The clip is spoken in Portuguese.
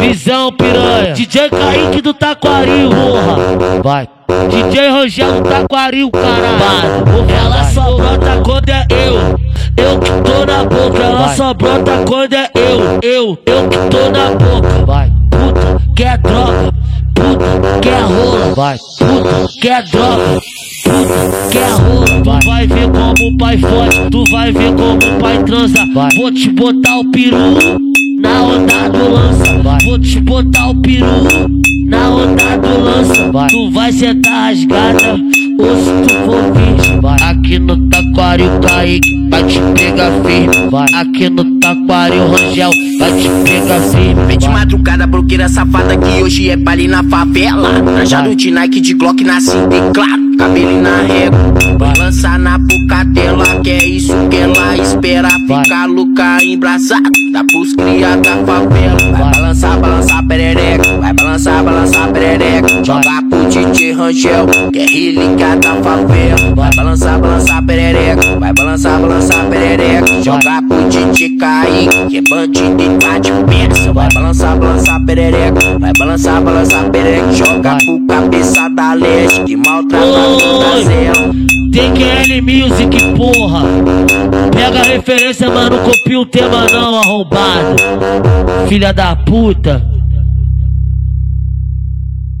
Visão piranha, DJ Kaique do Taquaril, porra. Vai. DJ Rogério do Taquaril, caralho. Ela só brota quando é eu. Eu que tô na boca, ela só brota quando é eu. Eu, eu que tô na boca. Vai. Puta, quer droga. Puta, quer rola. Vai. Puta, quer droga. Puta, quer rola. Vai. Tu vai ver como o pai fode, tu vai ver como o pai transa. Vou te botar o peru na onda do lança. Vou te botar o peru na onda do lança. Tu vai sentar rasgada, ou se tu for virgem. Aqui no taquário Kaique vai te pegar firme. Aqui no taquário Rangel vai te pegar firme. Vem de madrugada, broqueira safada que hoje é baile na favela. Trajado de Nike, de Glock na cinta e claro, cabelo na régua. Vai lançar na boca dela, que é isso que ela espera. Ficar louca, embraçada, dá pros cria da favela. Vai balançar, balançar perereca, vai balançar, balançar perereca. Joga pro DJ Rangel, que é relíquia da favela. Vai balançar, balançar perereca, vai balançar, balançar perereca. Joga pro DJ Kaique, que é bandido e tá de pensa. Vai balançar, balançar perereca, vai balançar, balançar perereca. Joga pro cabeça da leste, que maltrata toda zela. TQL Music, porra. Pega a referência, mas não copia o tema não, arrombado. Filha da puta.